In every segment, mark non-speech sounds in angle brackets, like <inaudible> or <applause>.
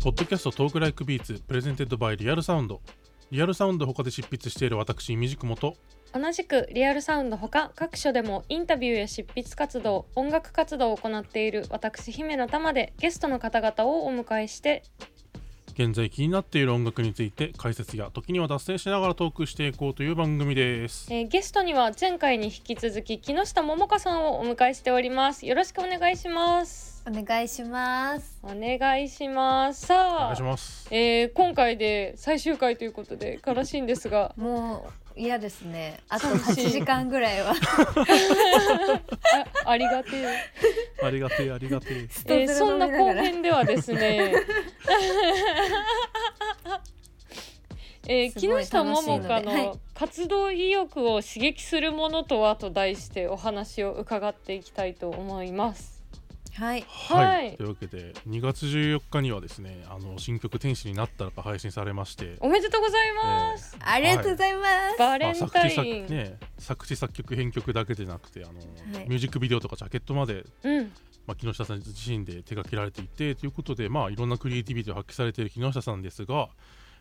ポッドキャストトークライクビーツプレゼンテッドバイリアルサウンドリアルサウンド他で執筆している私みじくもと同じくリアルサウンドほか各所でもインタビューや執筆活動音楽活動を行っている私姫の玉でゲストの方々をお迎えして現在気になっている音楽について解説や時には脱線しながらトークしていこうという番組ですえーゲストには前回に引き続き木下桃香さんをお迎えしておりますよろしくお願いしますお願いします。お願いしますおさ願あいしますえー今回で最終回ということで悲しいんですがもう嫌ですね。あと寂しい8時間ぐらいはあありがてえありがてえありがてえストえゼーロそん飲なみな後がら。編ではです <laughs> ねえーす木ごい楽しい下桃香のではいの活動意欲を刺激するものとはと題してお話を伺っていきたいと思います。はい。はい、はいというわけで2月14日にはですねあの新曲「天使になったら」が配信されましておめでとうございます。えーありがとうございます。バレンタまあ作イ詞ン、作,、ね、作詞作曲編曲だけでなくてあの、いミュージックビデオとかジャケットまで、うん、まあ、木下さん自身で手掛けられていてということで、まあ、いろんなクリエイティビティを発揮されている木下さんですが、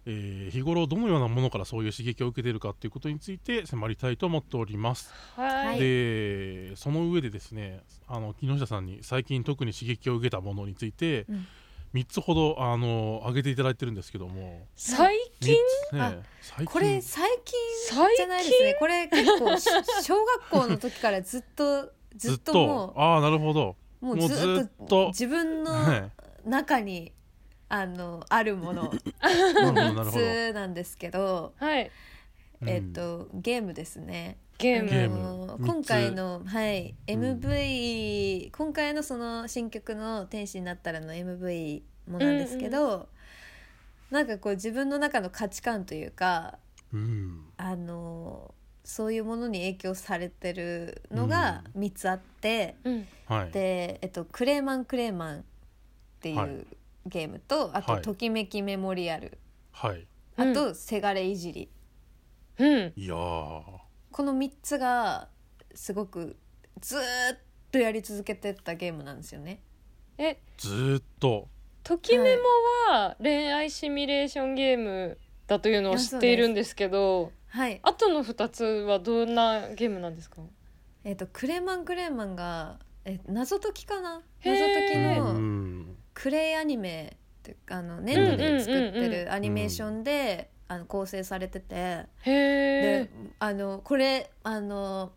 えー日頃どのようなものからそういう刺激を受けているかということについて迫りたいと思っております。は、はいいでその上でですねあの木下さんに最近特に刺激を受けたものについて、うん3つほどあの挙げていただいてるんですけども最近三つねあ最近これ最近最じゃないですね。これ結構し小学校の時からずっとずっともああなるほ <laughs> どうももううずっずっとと自分のはい中にあのある <laughs> もなるのほど <laughs> なるほど3つなんですけど、はい、うんえっとゲームですね。ゲームゲームあの三つ今回の、はい、うん MV、今回のその新曲の「天使になったら」の MV もなんですけど、なんかこう自分の中の価値観というかうんあのそういうものに影響されてるのが3つあって、うん、はいで、えっと「クレーマンクレーマン」っていう、はいゲームとあと、はいときめきメモリアル」はいあと「せがれいじり」うん、いやーこの3つがすごくずーっとやり続けてたゲームなんですよね。え、ずーっとときメモは恋愛シミュレーションゲームだというのを知っているんですけど。はい、あとの二つはどんなゲームなんですか。えっ、とクレーマンクレーマンがえ謎解きかなへ謎ー解きうのんクレイアニメっていうかあの粘土で作っうんうてんうんうんるアニメーションで、あの構成されててへであのこれあの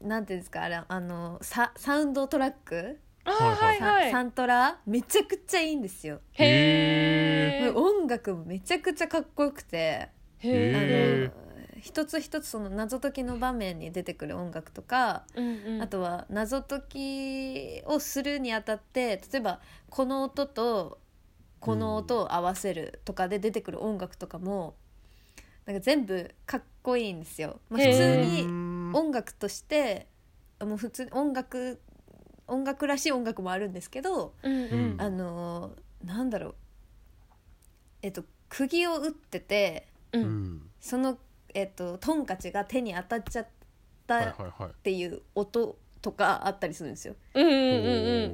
なんていうんですかあれあのササウンドトラック、あーははいいさはい。サントラめちゃくちゃいいんですよ。へー音楽もめちゃくちゃかっこよくて。あへのー一つ一つその謎解きの場面に出てくる音楽とか、うんうん。あとは謎解きをするにあたって例えばこの音とこの音を合わせるとかで出てくる音楽とかもなんか全部かっこいいんですよ。まあ、へー普通うにん音楽としてもう普通に音楽音楽らしい音楽もあるんですけど、うんうん。あのーなんだろうえっと釘を打っててううんんその、えっと、トンカチが手に当たっちゃっはいたっはいはいていう音とかあったりするんですよ、うんうんうん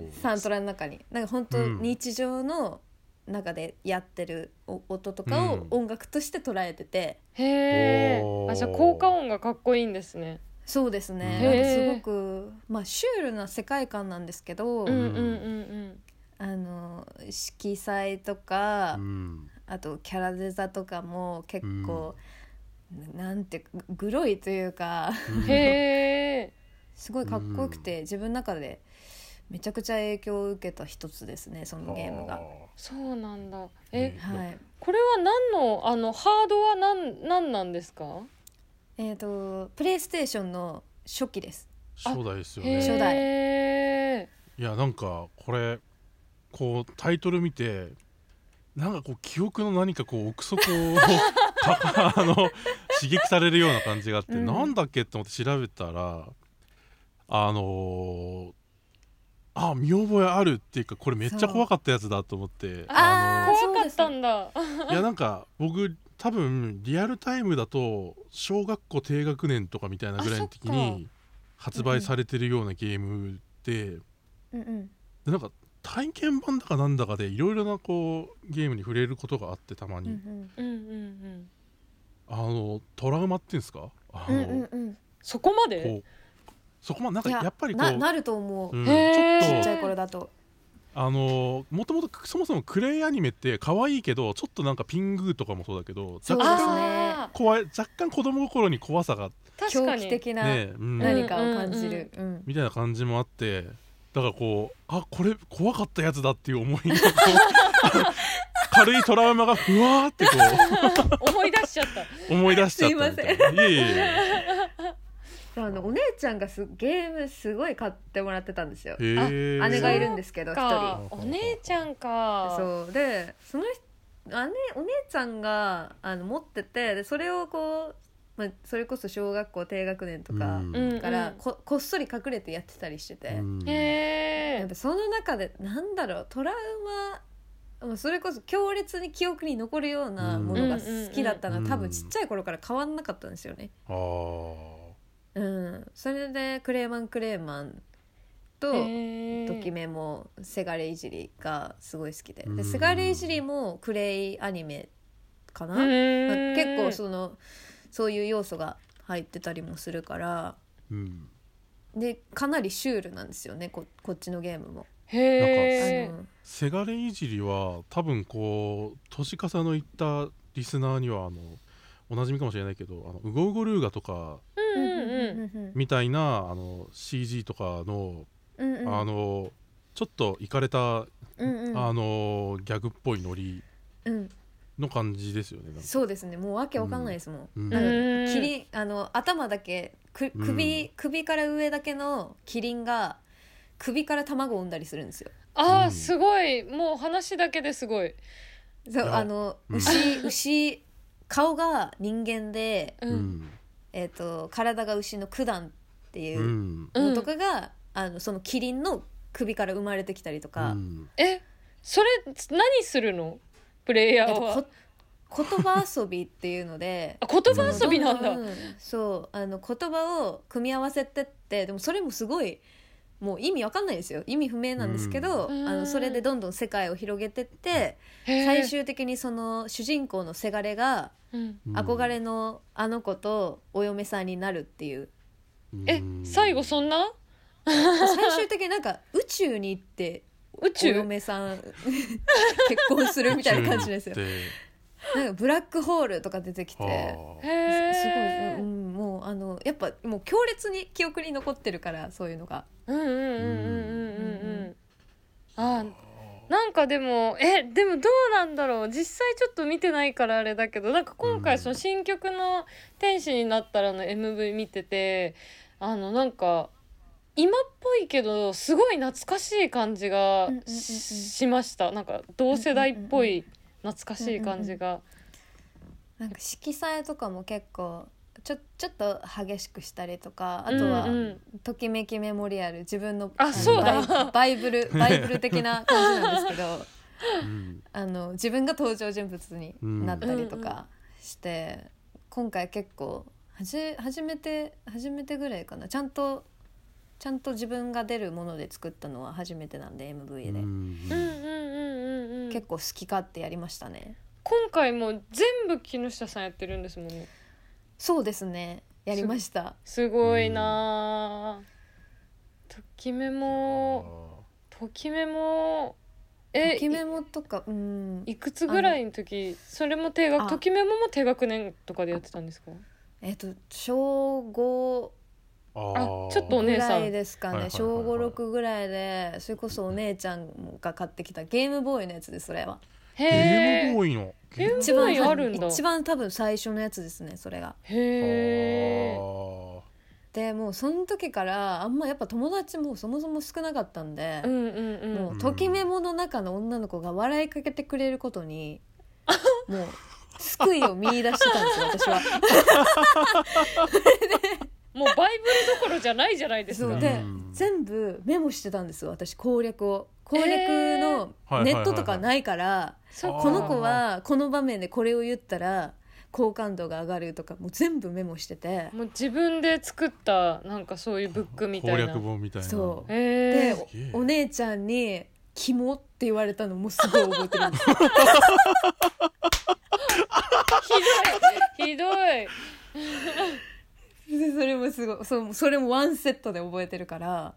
うん。サントラの中に。なんか本当うん日常の中でやってるお音とかうんを音楽として捉えてて、へおーーあじゃあ効果音がかっこいいんですね。そうですね、へーなんかすごく、まあ、シュールな世界観なんですけうど、んうんうんあの色彩とか、うんあとキャラデザとかも結構、ななんていうかグロいというかうんうん。へすごいかっこよくて、自分の中でめちゃくちゃ影響を受けた一つですねそのゲームが。はーそうなんだ。うえんはい、これは何のあのハードはなんなんなんですか。えっ、とプレイステーションの初期です。あ初代ですよへーね初代いやなんかこれこうタイトル見てなんかこう記憶の何かこう奥底を <laughs> たあの刺激されるような感じがあって、うんなんだっけと思って調べたらあのーあ見覚えあるっていうかこれめっちゃ怖かったやつだと思ってあーの怖かったんだ。いやなんか僕多分リアルタイムだと小学校低学年とかみたいなぐらいの時あそっに発売されてるようなゲームで,、うんうん、でなんか体験版だかなんだかでいろいろなこうゲームに触れることがあってたまに、うんうんうんうんあのトラウマっていうんですかあうんの、うんうんそこまでこうそこまでなんいかやっぱりこうななると思う、うんへーちちょっっちとゃい頃だとあのもともとそもそもクレイアニメって可愛いけどちょっとなんかピングーとかもそうだけどそう若ですね干あ怖い若干子供心に怖さがー確か狂に気的なね、うん何かを感じる、うんみたいな感じもあってだからこうあこれ怖かったやつだっていう思いの <laughs> こう軽いトラウマがふわーってこ思い出しちゃったう思い出しちゃったみたいな。いえいえいそうあのお姉ちゃんがすゲームすごい買ってもらってたんですよ、えへー姉がいるんですけど一人かお姉ちゃんかそうでその人姉お姉ちゃんがあの持っててでそれをこう、まあ、それこそ小学校低学年とかうんうんうんからこ,、こっそり隠れてやってたりしてて、うんへやえっぱその中でなんだろうトラウマまあそれこそ強烈に記憶に残るようなものが好きだったのは、うん多分ちっちゃい頃から変わんなかったんですよね。あーうん、それで「クレーマンクレーマン」とへときーめもせがれいじりがすごい好きでうんでせがれいじりもクレイアニメかな、うまあーん結構そのそういう要素が入ってたりもするからうんでかなりシュールなんですよねここっちのゲームも。へえあのせがれいじりは多分こう年重のいったリスナーにはあのおなじみかもしれないけど「あのウゴウゴルーガ」とかうんうんうんみたいなあの CG とかの、うんうんあのちょっといかれたうんうんあのギャグっぽいノリうんの感じですよね。なんかそうですねもうわけわかんないですもん。うんなんかうんキリンあの頭だけく首、うん首から上だけのキリンが首から卵を産んだりするんですよ。あうーんすごいもう話だけですごいそうやあのうん牛牛顔が人間で、ううんんえー、と体が牛の九段ってういうんのとかが、あのそのキリンの首から生まれてきたりとか、うんえそれ何するのプレイヤえーーとはこ言葉遊びっていうのであ <laughs> 言葉遊びなんだうそうあの言葉を組み合わせてってでもそれもすごいもう意味わかんないですよ意味不明なんですけど、うんあのそれでどんどん世界を広げてって、へー最終的にその主人公のせがれがうんうん憧れのあの子とお嫁さんになるっていうえ最後そんな最終的になんか宇宙に行って宇お宙嫁さん結婚するみたいな感じですようんってなんかブラックホールとか出てきあてへーえすすごい、うん、もうあのやっぱもう強烈に記憶に残ってるからそういうのがうんうんうんうんうんうんうんうんあーなんかでもえでもどうなんだろう実際ちょっと見てないからあれだけどなんか今う回んその新曲の「天使になったら」の MV 見ててあのなんか今っぽいけどすごい懐かしい感じがうんうんうんうんししましたなんか同世代っぽい懐かしい感じがなんか色彩とかも結構ちょちょっと激しくしたりとかあうんとは、うんときめきメモリアル自分のあのそうだバイバイブルバイブル的な感じなんですけど。うんあの自分が登場人物になったりとかして、今回結構はじ初めて初めてぐらいかなちゃんとちゃんと自分が出るもので作ったのは初めてなんで MV で、うんうんうんうんうんうん結構好き勝手やりましたね今回もう全部木下さんやってるんですもんねそうですねやりましたすごいなあ、ときめもときめもえときめもとかうんいいくつぐらいの時それも低あ学ときめもも低学年とかでやってたんですかえっと小5ああーちょっとおぐね姉さんらいですかはいねはいはいはい小5 6ぐらいでそれこそお姉ちゃんが買ってきたゲームボーイのやつですそれは。へゲームえボーイのゲーム一ボー番イあるんだ一番多分最初のやつですねそれがへえあーでもうその時からあんまやっぱ友達もそもそも少なかったんでう、んうんうんもううんときめもの中の女の子が笑いかけてくれることにもう救いを見出してたんですよ私は。 <laughs> もうバイブルどころじゃないじゃないですそかうでうん全部メモしてたんですよ私攻略を攻略はいはいはいはのいネットとかないからそっかこの子はこの場面でこれを言ったら好感度が上がるとかもう全部メモしてて。もう自分で作ったなんかそういうブックみたいな攻略本みたいなそうへえでおお姉ちゃんにキモって言われたのもすごい覚えてるんです <laughs> よひどいでそれもすごいそうそれもワンセットで覚えてるから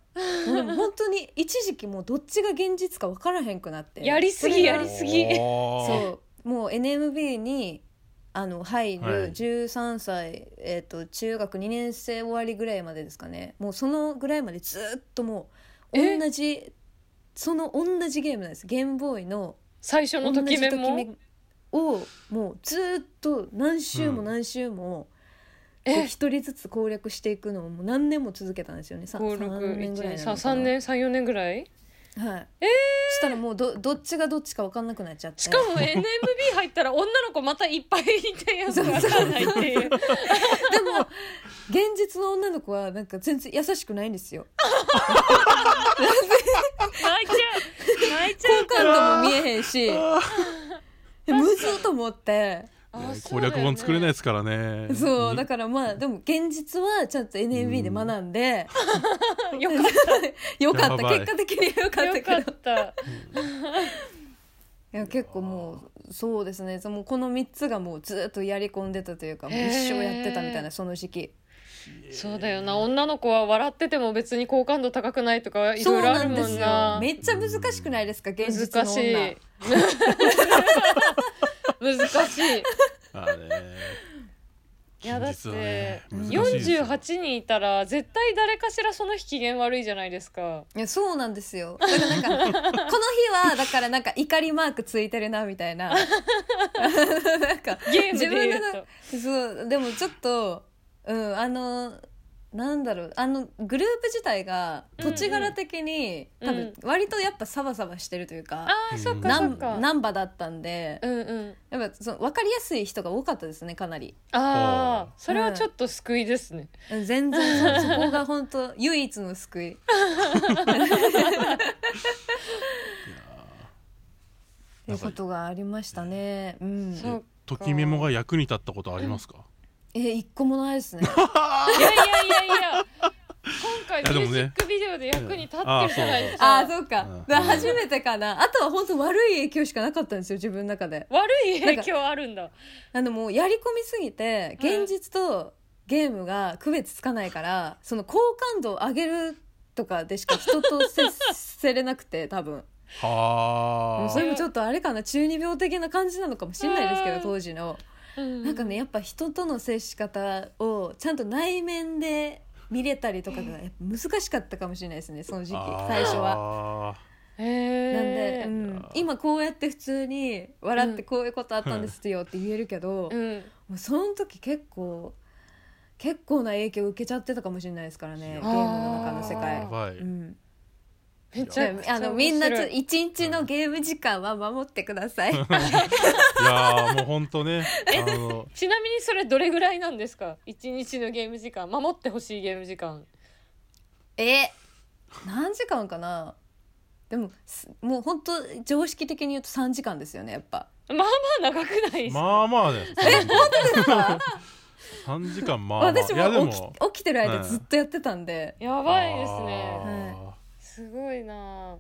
もうでも本当に一時期もうどっちが現実か分からへんくなってやりすぎそれがやりすそぎそうもう NMB にあの入るはい13歳、えー、と中学2年生終わりぐらいまでですかねもうそのぐらいまでずっともうえ同じその同じゲームなんですゲームボーイの最初同のじときときめめもをもうずっと何週もうん何週もこうえ一人ずつ攻略していくのをもう何年も続けたんですよねさ五3六年ぐらい一なのかさな三年三四年ぐらいはいしたらもうどどっちがどっちか分かんなくなっちゃってしかも NMB 入ったら女の子またいっぱいいてよくわかんないっていうでも現実の女の子はなんか全然優しくないんですよ泣いちゃう泣いちゃ好う感度も見えへんしうえむずと思ってあ攻略本作れないいですからねそうだかからまあでも現実はちゃんと NMB で学んで、よかっよかっやたばい結果的にたよかったけよどかったいや結構もうそうですねそのこの3つがもうずっとやり込んでたというかもうへー一生やってたみたいなその時期そうだよな女の子は笑ってても別に好感度高くないとかいそろういろあなるんもですんよなめっちゃ難しくないですか現実の難しい女 <laughs> 難しいらねいやだって現実はね難しいですよ48人いたら絶対誰かしらその日機嫌悪いじゃないですかいやそうなんですよだから <laughs> なんかこの日はだからなんか怒りマークついてるなみたいな <laughs> なんかゲームで言う自分とそうでもちょっとうんあのなんだろうあのグループ自体が土地柄的に、うんうん多分割とやっぱサバサバしてるというか、ああそっかナそンっかナンバだったんで、うんうんやっぱその分かりやすい人が多かったですねかなりあああそれはちょっと救いですね全然そこが本当唯一の <laughs> 救いいやということがありましたねうんーそっえときメモが役に立ったことありますか、え一個もないですね <laughs> いやいやいやいや今回いやでミュもねージックビデオで役に立ってるじゃないですか <laughs> ああそうか、うんだから初めてかなあとは本当悪い影響しかなかったんですよ自分の中で悪い影響あるんだあのもうやり込みすぎてうん現実とゲームが区別つかないから、その好感度を上げるとかでしか人と接せれなくて多分はあそれもちょっとあれかな中二病的な感じなのかもしれないですけうどん当時のななんかねやっぱ人との接し方をちゃんと内面で見れたりとかがやっぱ難しかったかもしれないですねその時期最初は。はへなんで、えうんいやー今こうやって普通に笑ってこういうことあったんですよって言えるけど、もうんうその時結構結構な影響を受けちゃってたかもしれないですからねゲームの中の世あや界。ーば <laughs> い、うん、めっちじゃゃああのみんなちょ面白い一日のゲーム時間は守ってください。いやーもう本当ねあのちなみにそれどれぐらいなんですか一日のゲーム時間守ってほしいゲーム時間え何時間かなでもすもう本当常識的に言うと3時間ですよねやっぱまあまあ長くないですか、まあまあねえ本当です <laughs> か3時間まあ、まあ、私いやでも起きも起きてる間ずっとやってたんで、やばいですねあすごいなあ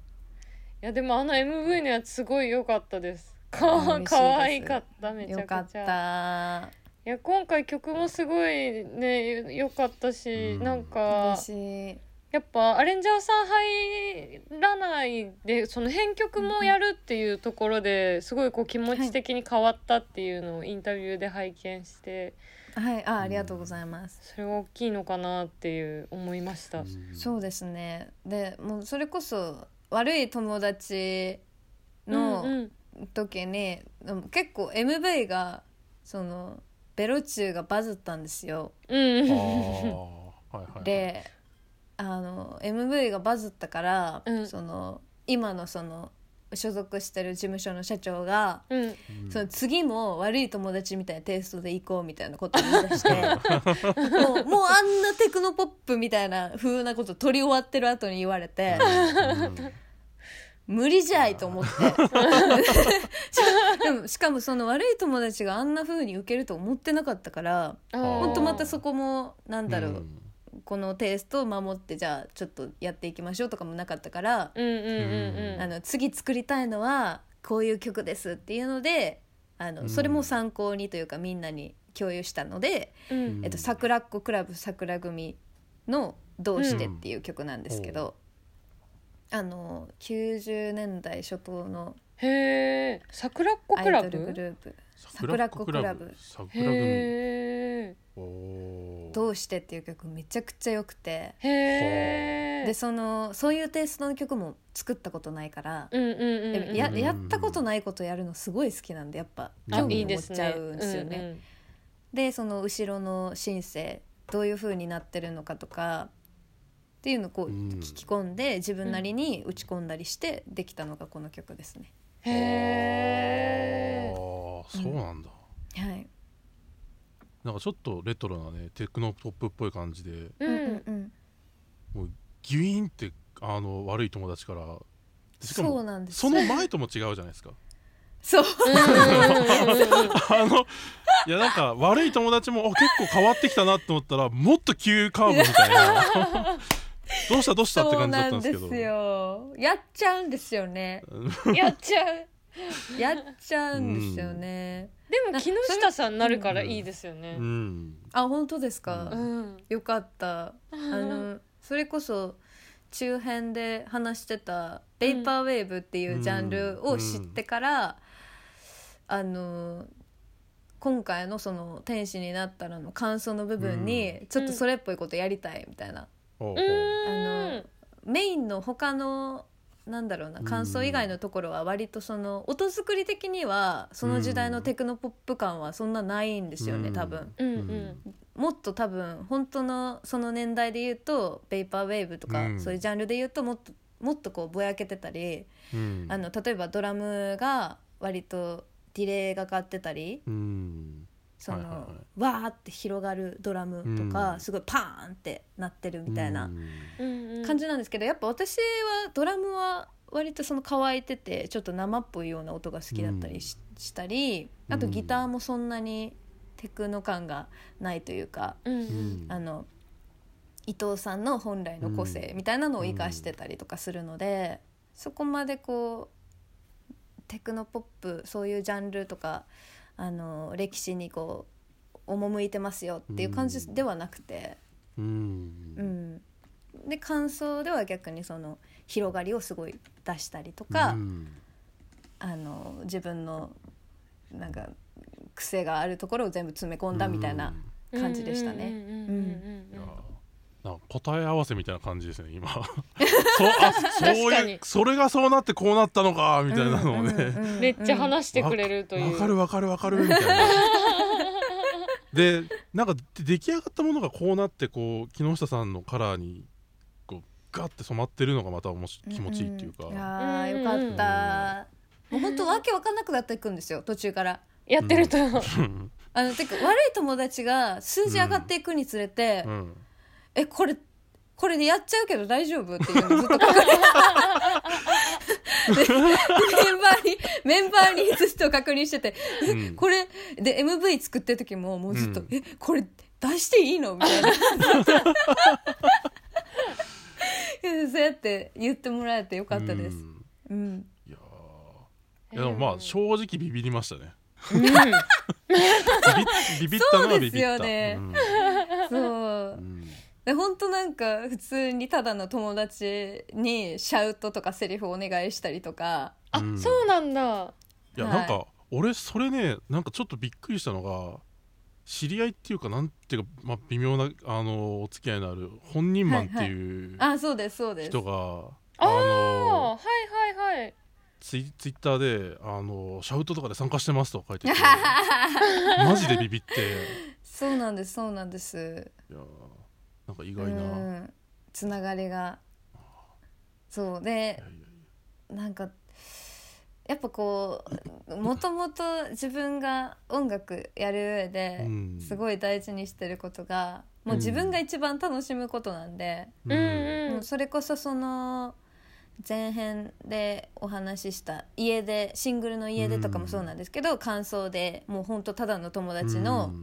いやでもあの MV のやつすごい良かったですか嬉しいです可愛かっためちゃよくちゃかったいや今回曲もすごいね良かったし、うんなんか嬉しいやっぱアレンジャーさん入らないでその編曲もやるっていうところですごいこう気持ち的に変わったっていうのをインタビューで拝見してはいあありがとうございます、それが大きいのかなっていう思いましーた。うんそうですねでもうそれこそ悪い友達の、うんうん時にでも結構 MV がそのベロチューがバズったんですよ。うんあーうんはいはいであの MV がバズったから、うんその今のその所属してる事務所の社長が、うんうんその次も悪い友達みたいなテイストで行こうみたいなことを言い出 <laughs> してもうもうあんなテクノポップみたいな風なこと取り終わってる後に言われて。うん無理じゃい <laughs> と思ってでもしかもその悪い友達があんな風に受けると思ってなかったからあーほんとまたそこもなんだろう、うんこのテイストを守ってじゃあちょっとやっていきましょうとかもなかったから、うんうんうんうんあの次作りたいのはこういう曲ですっていうのであのそれも参考にというかみんなに共有したのでう「んえっと、桜っ子クラブ桜組のどうして」っていう曲なんですけど、あの90年代初頭のへえ桜っ子アクイラドルグブループ桜子クラ桜子クラブブ桜組へえお「おどうして」っていう曲めちゃくちゃ良くてへえでそのそういうテイストの曲も作ったことないから、うんうんうんうんでやうんやったことないことやるのすごい好きなんでやっぱあ興いい味持でっすちゃうんですよね。ねでその後ろのシンセどういう風になってるのかとかっていうのをこううん聞き込んで自分なりに打ち込んだりしてできたのがこの曲ですね。うんうんへえあーそうなんだ、はい、なんかちょっとレトロなねテクノポップっぽい感じでううんんうんうん、ギュイーンってあの悪い友達からしかそうもなんですその前とも違うじゃないですか <laughs> そうあのいやなんか悪い友達もお結構変わってきたなと思ったらもっと急カーブみたい <laughs> などうしたどうしたってそう感じだなったんんですでけどすよやっちゃうんですよねうんやっちゃうやっちゃうんですよね、でも木下さんになるからいいですよねうんあ本当ですか、ううんよかったあのそれこそ中編で話してたベイパーウェーブっていうジャンルを知ってから、あの今回のその「天使になったら」の感想の部分にちょっとそれっぽいことやりたいみたいな、ほうほううんあのメインの他のなんだろうな感想以外のところは割とその音作り的にはその時代のテクノポップ感はそんなないんですよね、多分。うんうんもっと多分本当のその年代で言うとベイパーウェーブとか、うんそういうジャンルで言うともっともっとこうぼやけてたり、うんあの例えばドラムが割とディレイがかかってたりうんその、はいはいはわーって広がるドラムとか、うんすごいパーンってなってるみたいなうんうん感じなんですけど、やっぱ私はドラムは割とその乾いててちょっと生っぽいような音が好きだったりし,、たりあとギターもそんなにテクノ感がないというか。うんううんんあの伊藤さんの本来の個性みたいなのを生かしてたりとかするので、そこまでこうテクノポップそういうジャンルとかあの歴史にこう赴いてますよっていう感じではなくて、うんうんで感想では逆にその広がりをすごい出したりとうんか、うんあの自分のなんか癖があるところを全部詰め込んだみたいな感じでしたね。うんうんうんいうんやうんーなんか答え合わせみたいな感じですね <laughs> 今そうあそう確かいうにそれがそうなってこうなったのかみたいなのをね、 <laughs> うんうんうんめっちゃ話してくれるというわかるわかるわかるみたいな <laughs> でなんかで出来上がったものがこうなってこう木下さんのカラーにこうガッて染まってるのがまたおもし気持ちいいっていうか、んいやーうんよかった、もう本当わけわかんなくなっていくんですよ途中からやってるとうんあのてか悪い友達が数字上がっていくにつれて「うんえこれこれでやっちゃうけど大丈夫?」っていうのをずっと確認でメンバーにメンバーにずっと確認しててうんこれで MV 作ってる時ももうずっと「うんえこれ出していいの?」みたいな。 <laughs> <laughs> いやそうやって言ってもらえてよかったです。うんうんいやーいやでもまあ正直ビビりましたねビビビったのはビビったそうですよね <laughs> そううんうんで本当なんか普通にただの友達にシャウトとかセリフお願いしたりとかあうんそうなんだいや、はいなんか俺それねなんかちょっとびっくりしたのが知り合いっていうかなんていうか、まあ、微妙なあのお付き合いのある本人マンっていうあそうですそうです人が、ああのはいはいはいツイツイッターであのシャウトとかで参加してますとか書いててマジでビビってそうなんですそうなんですいやーなんか意う外な、いんつながりがそうでやいやなんかやっぱこうもともと自分が音楽やる上でうんすごい大事にしてることがもう自分が一番楽しむことなんで、うんもううんそれこそその前編でお話しした家でシングルの家でとかもそうなんですけど、感想でもうほんとただの友達の、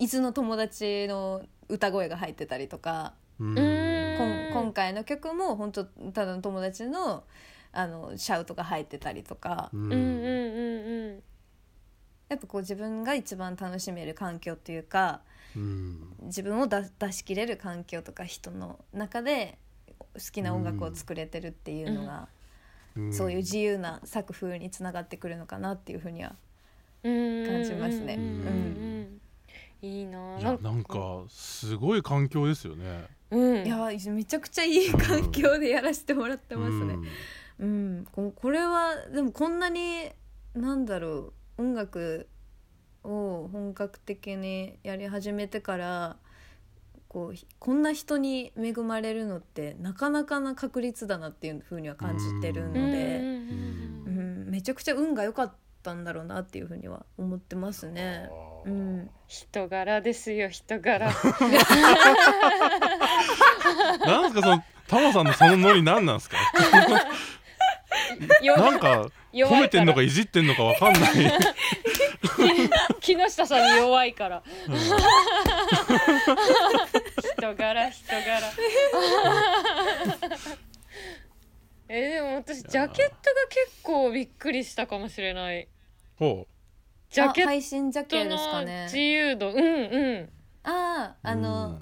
伊豆の友達の歌声が入ってたりとかううーんこん今回の曲も本当ただの友達のあのシャウトが入ってたりとかうんうんうんうんうんやっぱこう自分が一番楽しめる環境というかうん自分を出出し切れる環境とか人の中で好きな音楽を作れてるっていうのが、んそういう自由な作風につながってくるのかなっていうふうには感じますねいいなあ。いなやんかなんかすごい環境ですよね。うん、いやめちゃくちゃいい環境でやらせてもらってますね。うん、ここれはでもこんなになんだろう音楽を本格的にやり始めてからこうひこんな人に恵まれるのってなかなかな確率だなっていうふうには感じてるのうんで、うんううんん、めちゃくちゃ運が良かったんだろうなっていうふうには思ってますね。あうーん、人柄ですよ人柄。なんですかそのタモさんのそのノリなんなん <laughs> ですか。弱なんか弱褒めいてかんのらかいじってんのかわかんない。 <laughs> 木下さんに弱いから。人柄人柄。えでも私ジャケットが結構びっくりしたかもしれない。ほジャケあッ配信ジャトケですかのね自。由度、うんうん。あう。ああの、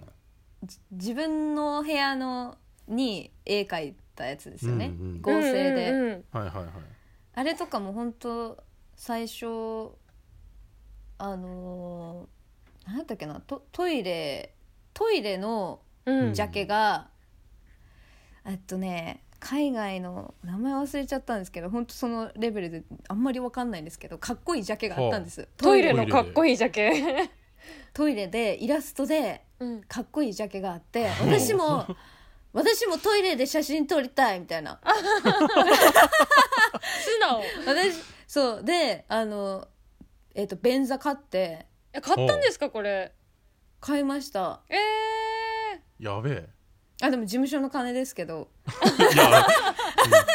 じ自分の部屋のに絵描いたやつですよね、うんうん合成で、うんうんうんうん、はいはいはい。あれとかも本当最初あのー、何やったっけなトトイレトイレのうんジャケが、えっとね海外の名前忘れちゃったんですけど本当そのレベルであんまりわかんないんですけどかっこいいジャケがあったんですトイレトイレのかっこいいジャケ。トイレでイラストでうん、かっこいいジャケがあってうん私も私もトイレで写真撮りたいみたいな素直私そうであのえっ、と便座買ってえ買ったんですかこれ買いましたええや <laughs> べえ。あでも事務所の金ですけどいや、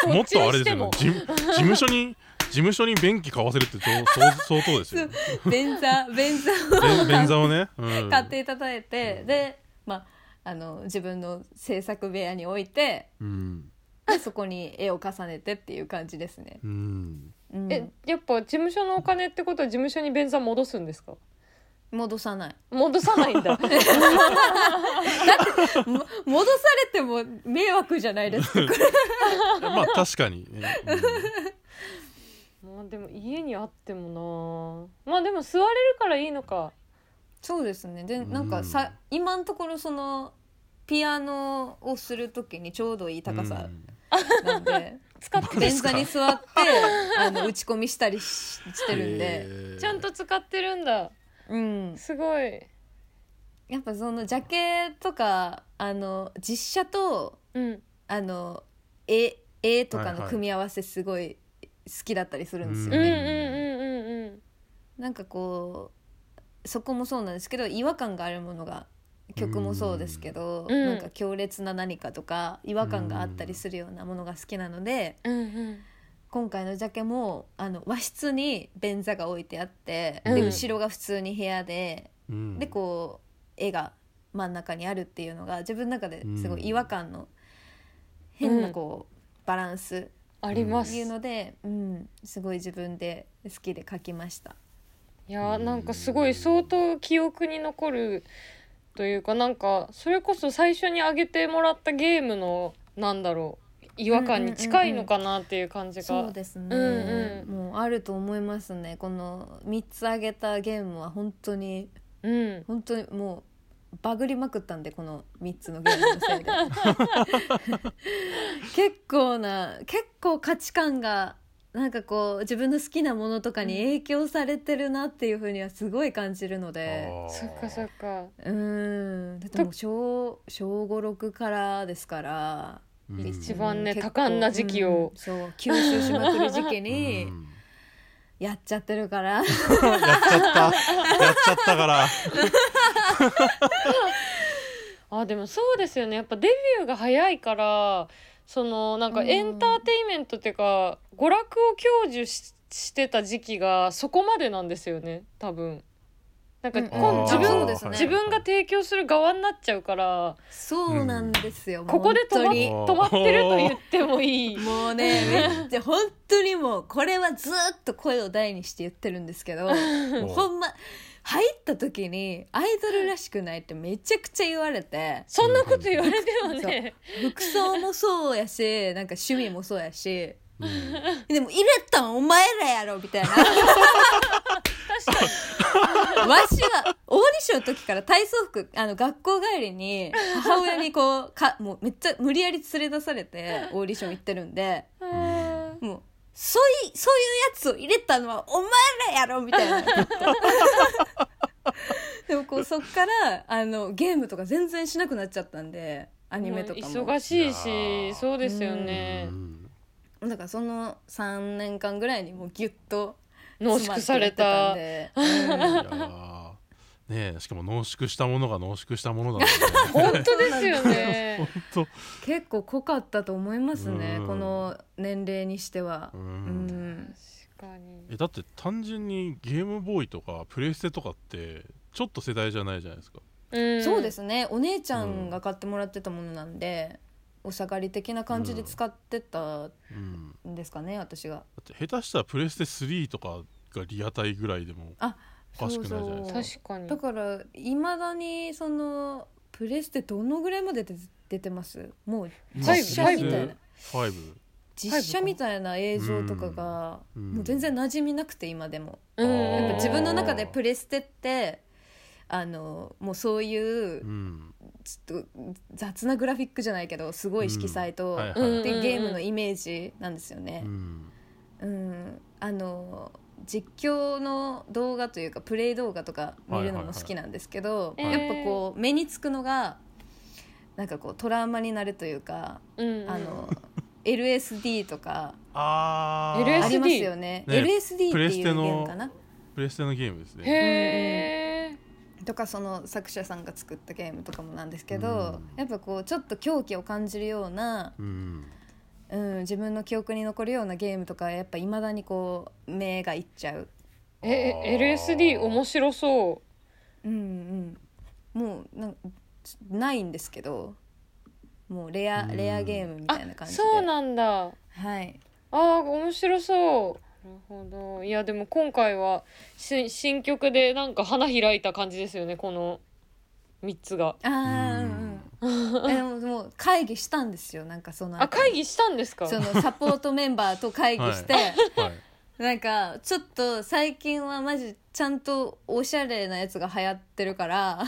うんどもっっちにとあれですよね。しじ事務所に事務所に便器買わせるってどう相相当です <laughs> よ、ね。便座便座便便座ををね。うん、買っていただいて、うんでまああの自分の制作部屋に置いてうん。でそこに絵を重ねてっていう感じですね、うん。うん、えやっぱ事務所のお金ってことは事務所に便座戻すんですか戻さない戻さないん <laughs> だも戻されても迷惑じゃないですかこれまあ確かに。まあでも家にあってもなまあでも座れるからいいのかそうですねでなんかさ、今のところそのピアノをするときにちょうどいい高さなん <laughs> で、使って便座に座ってあの打ち込みしたりししてるんで、ちゃんと使ってるんだうん、すごいやっぱそのジャケとかあの実写とうんあの絵絵とかはいのはい組み合わせすごい好きだったりするんですようんうんうね。んうんうんなんかこうそこもそうなんですけど違和感があるものが曲もそうですけど、うんなんか強烈な何かとか違和感があったりするようなものが好きなので、うん今回のジャケもあの和室に便座が置いてあって、うでん後ろが普通に部屋でうんでこう絵が真ん中にあるっていうのが自分の中ですごい違和感の変なこう、バランスありまっすていうので、うん、すごい自分で好きで描きました。いやーなんかすごい相当記憶に残るというかなんかそれこそ最初に挙げてもらったゲームのなんだろう違和感に近いのかなっていう感じが、そうですね、うんうんもうあると思いますねこの3つ挙げたゲームは本当にうん本当にもうバグりまくったんでこの3つのゲームのせ <laughs> いで結構な結構価値観がなんかこう自分の好きなものとかに影響されてるなっていうふうにはすごい感じるのでそっかそっかうんだってもう小小56からですから一番ねうん結構多感な時期をうんそう吸収しまくる時期にやっちゃってるからやっちゃった。やっちゃった <laughs> から。あでもそうですよねやっぱデビューが早いからそのなんかうんエンターテインメントっていうか、娯楽を享受ししてた時期がそこまでなんですよね多分。なんか、うんこんあー自そう分ですね自分が提供する側になっちゃうからそうなんですよ、ここで止本ま当っにあー止まってると言ってもいい。もうねめっちゃ本当にもうこれはずーっと声を大にして言ってるんですけどおほんま入った時にアイドルらしくないってめちゃくちゃ言われてそんなこと言われてはね。服装もそうやしなんか趣味もそうやしうんでも入れたんお前らやろみ <laughs> たいな確かに。わしはオーディションの時から体操服あの学校帰りに母親にこうかもうめっちゃ無理やり連れ出されてオーディション行ってるんで。あもうそういそういうやつを入れたのはお前らやろみ <laughs> たいなでもこうそっからあのゲームとか全然しなくなっちゃったんでアーニメとかも忙しいいやーし、そうですよねう。んだからその3年間ぐらいにもうギュッと濃縮された。詰まってやってたいんでやーねえしかも濃縮したものが濃縮したものだな本当ですよね。 <laughs> 本結構濃かったと思いますねうんこの年齢にしては当ううんん確かに。えだって単純にゲームボーイとかプレステとかってちょっと世代じゃないじゃないですかうんそうで。すねお姉ちゃんが買ってもらってたものなんでお下がり的な感じで使ってたうんんですかね私がだって下手したらプレステ3とかがリアタイぐらいでもおかしくないじゃないですそう確かにだ。からいまだにそのプレスってどのぐらいまで出て出てますもうファイブ実写みたいな5実写みたいな映像とかがうんもう全然馴染みなくて今でもうんややっぱ自分の中あでープレステってあのもうそういううんちょっと雑なグラフィックじゃないけどすごい色彩とはいはいうんでゲームのイメージなんですよねう。んうん、あの実況の動画というかプレイ動画とか見はるのいはいはもい好きなんですけど、えーやっぱこう目につくのがなんかこうトラウマになるというか、うんあの LSD とかあー LSD ありますよねね LSD ってプレいうスゲテのームかなプレステのゲームですねへえ。とかその作者さんが作ったゲームとかもなんですけど、うんやっぱこうちょっと狂気を感じるような、うんうん、自分の記憶に残るようなゲームとかやっぱいまだにこう目がいっちゃうえあー LSD 面白そうんうん、もうなんないんですけどもうレアうんレアゲームみう。たあいな感、じでそうなんだ。はい、あー面白そうなるほどいやでも今回はし新曲でなんか花開いた感じですよねこの3つがあーうんうんえでももう会議したんですよなんかそのあ会議したんですかそのサポートメンバーと会議して、はいなんかちょっと最近はマジちゃんとおしゃれなやつが流行ってるから、う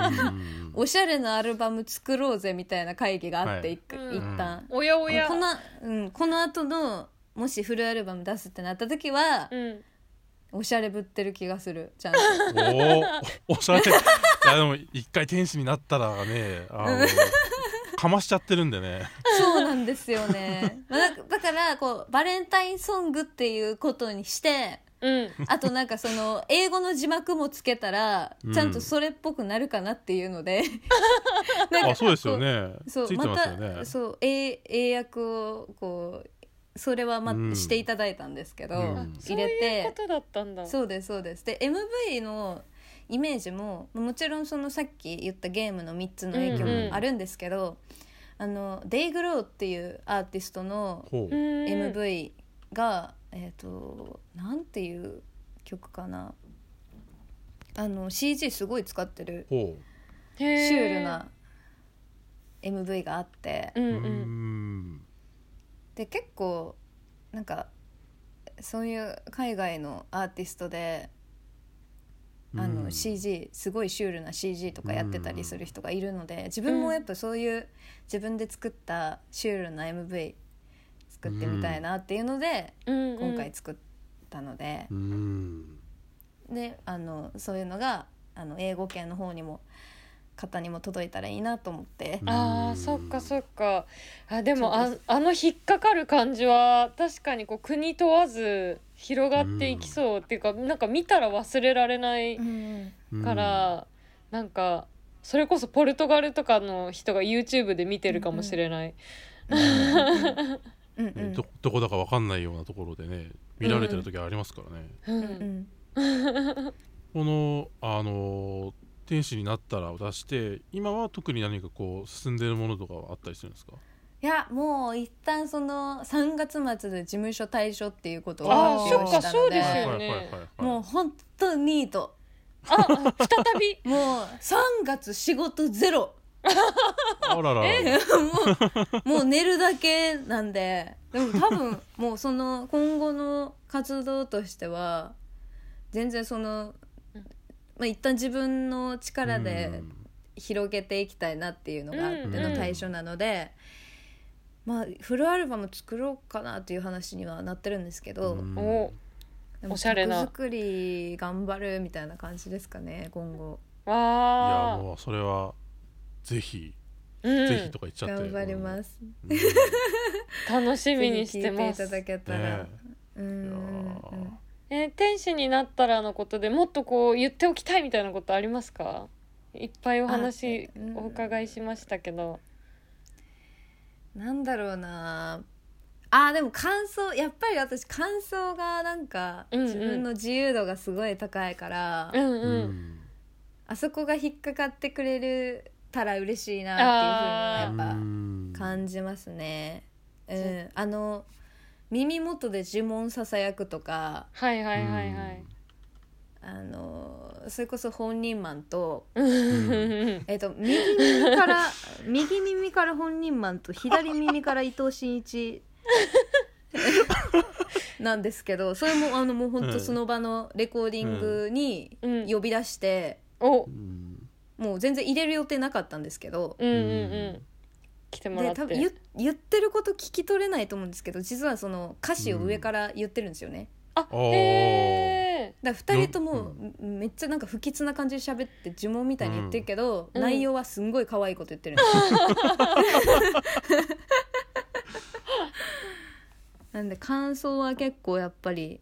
んおしゃれなアルバム作ろうぜみたいな会議があっはて、いいくうん一旦、おやおやこのうん、この後のもしフルアルバム出すってなった時は、うんおしゃれぶってる気がする <laughs> ちゃんとおーおおしゃれいやでも一回天使になったらねあのかましちゃってるんでねそうなんですよね、まあ、だだからこうバレンタインソングっていうことにしてうんあとなんかその英語の字幕もつけたらうんちゃんとそれっぽくなるかなっていう <laughs> のでなんかあそうですよねつそういてまますよねたそう英英訳をこうそれは、まうんしていただいたんですけど、うん入れてことだったんだそうですそうですで MV のイメージももちろんそのさっき言ったゲームの3つの影うんう響んもあるんですけど、あのデイグローっていうアーティストのほううん MV が、えっ、となんていう曲かなあの CG すごい使ってるほシシュールな MV があってうんうううんんで結構なんかそういう海外のアーティストであうのん CG すごいシュールな CG とかやってたりする人がいるので自分もやっぱそういう自分で作ったシュールな MV 作ってみたいなっていうのでうんうん今回作ったのでうんであのそういうのがあの英語圏の方にも方にも届いたらいいなと思ってうんあーそっかそっかあでもあそうであの引っかかる感じは確かにこう国問わず広がっていきそう、っていうかなんか見たら忘れられないから、なんかそれこそポルトガルとかの人が YouTube で見てるかもしれない、うんねどどこだかわかんないようなところでね見られてる時ありますからね、うんうんこのあの天使になったらを出して今は特に何かこう進んでるものとかはあったりするんですかいやもう一旦その3月末で事務所退所っていうことをあー発表したのそっかそうでですよねもう本当にニートあ再 <laughs> びもう3月仕事ゼロ <laughs> あらららもうもう寝るだけなんででも多分もうその今後の活動としては全然そのうん、まあ、一旦自分の力うでん広げていきたいなっていうのがあってうんうのん対象なので、まあフルアルバム作ろうかなっていう話にはなってるんですけど、うんおでもおしゃれな曲作り頑張るみたいな感じですかね今後いやわあもうそれはぜひ、うんぜひとか言っちゃって頑張ります、うんね楽しみにしてぜひ聴いまていたすだけたら、えうんいやうんうんーえー天使になったらのことでもっとこう言っておきたいみたいなことありますかいっぱいお話あうんお伺いしましたけど、なんだろうなあーでも感想やっぱり私感想がなんかうんうん自分の自由度がすごい高いから、うんうんうんあそこが引っかかってくれるたら嬉しいなっていうふうにやっぱうん感じますね。ううんん、あの耳元で呪文ささやくとかはいはいはいはい、あのそれこそ本人マンと,、うん、えっと右耳から <laughs> 右耳から本人マンと左耳から伊藤 <laughs> 真一なんですけどそれもあのもう本う当んその場のレコーディングにうん呼び出して、おう、んもう全然入れる予定なかったんですけど。うんうんうんうん、来てもらでって多分言言ってること聞き取れないと思うんですけど実はその歌詞を上から言ってるんですよね、ああーへえだから2人ともよ、めっちゃなんか不吉な感じで喋って呪文みたいに言ってるけど、うん内容はすんごい可愛いこと言ってるんですよなんで感想は結構やっぱり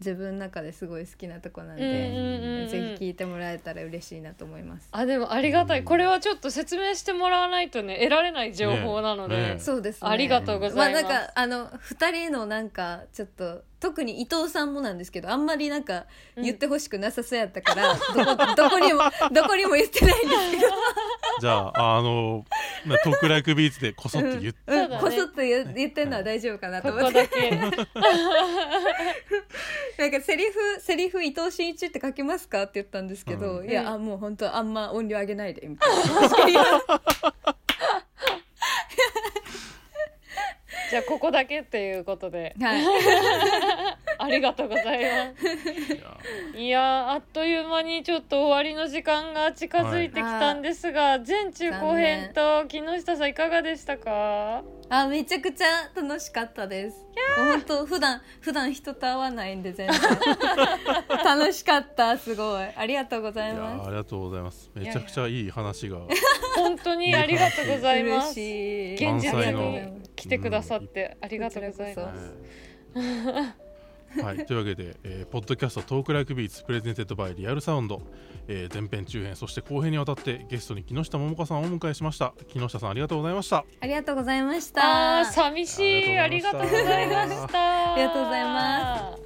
自分の中ですごい好きなとこなんうんうんで、うんうんぜひ聞いてもらえたら嬉しいなと思います、あでもありがたういんこれはちょっと説明してもらわないとね得られない情報なので、ねねそうですねありがとうございます、まあなんかあの2人のなんかちょっと特に伊藤さんもなんですけどあんまりなんかうん言ってほしくなさそうやっ <laughs> たから、どこどこにもどこにも言ってないんですけどじゃああのなトークライクビーツでこそって言っうんそうだねこそっと言う言ってるのは大丈夫かなとこ思こって、だけなんかセリフセリフ伊藤真一って書きますかって言ったんですけど、うんいやあもう本当あんま音量上げな <laughs> いでみたいなじゃあここだけっていうことではいありがとうございまていやす。いやーあっという間にちょっと終わりの時間が近づいてきたんですが、前中後編と木下さんいかがでしたか？あめちゃくちゃ楽しかったです本当普段普段人と会わないんで全然 <laughs> 楽しかったすごいありがとうございいやますありがとうございますめちゃくちゃいい話が本当にありがとうございま嬉 <laughs> す。しい現実満載にの来てくださってありがとうございます。はいはい、というわけで、えーポッドキャストトークライクビーツプレゼンテッドバイリアルサウンド、えー前編中編そして後編にわたってゲストに木下桃香さんをお迎えしました木下さんありがとうございましたありがとうございましたあー寂しいあありりががととううごござざいいままし。。したありがとうございます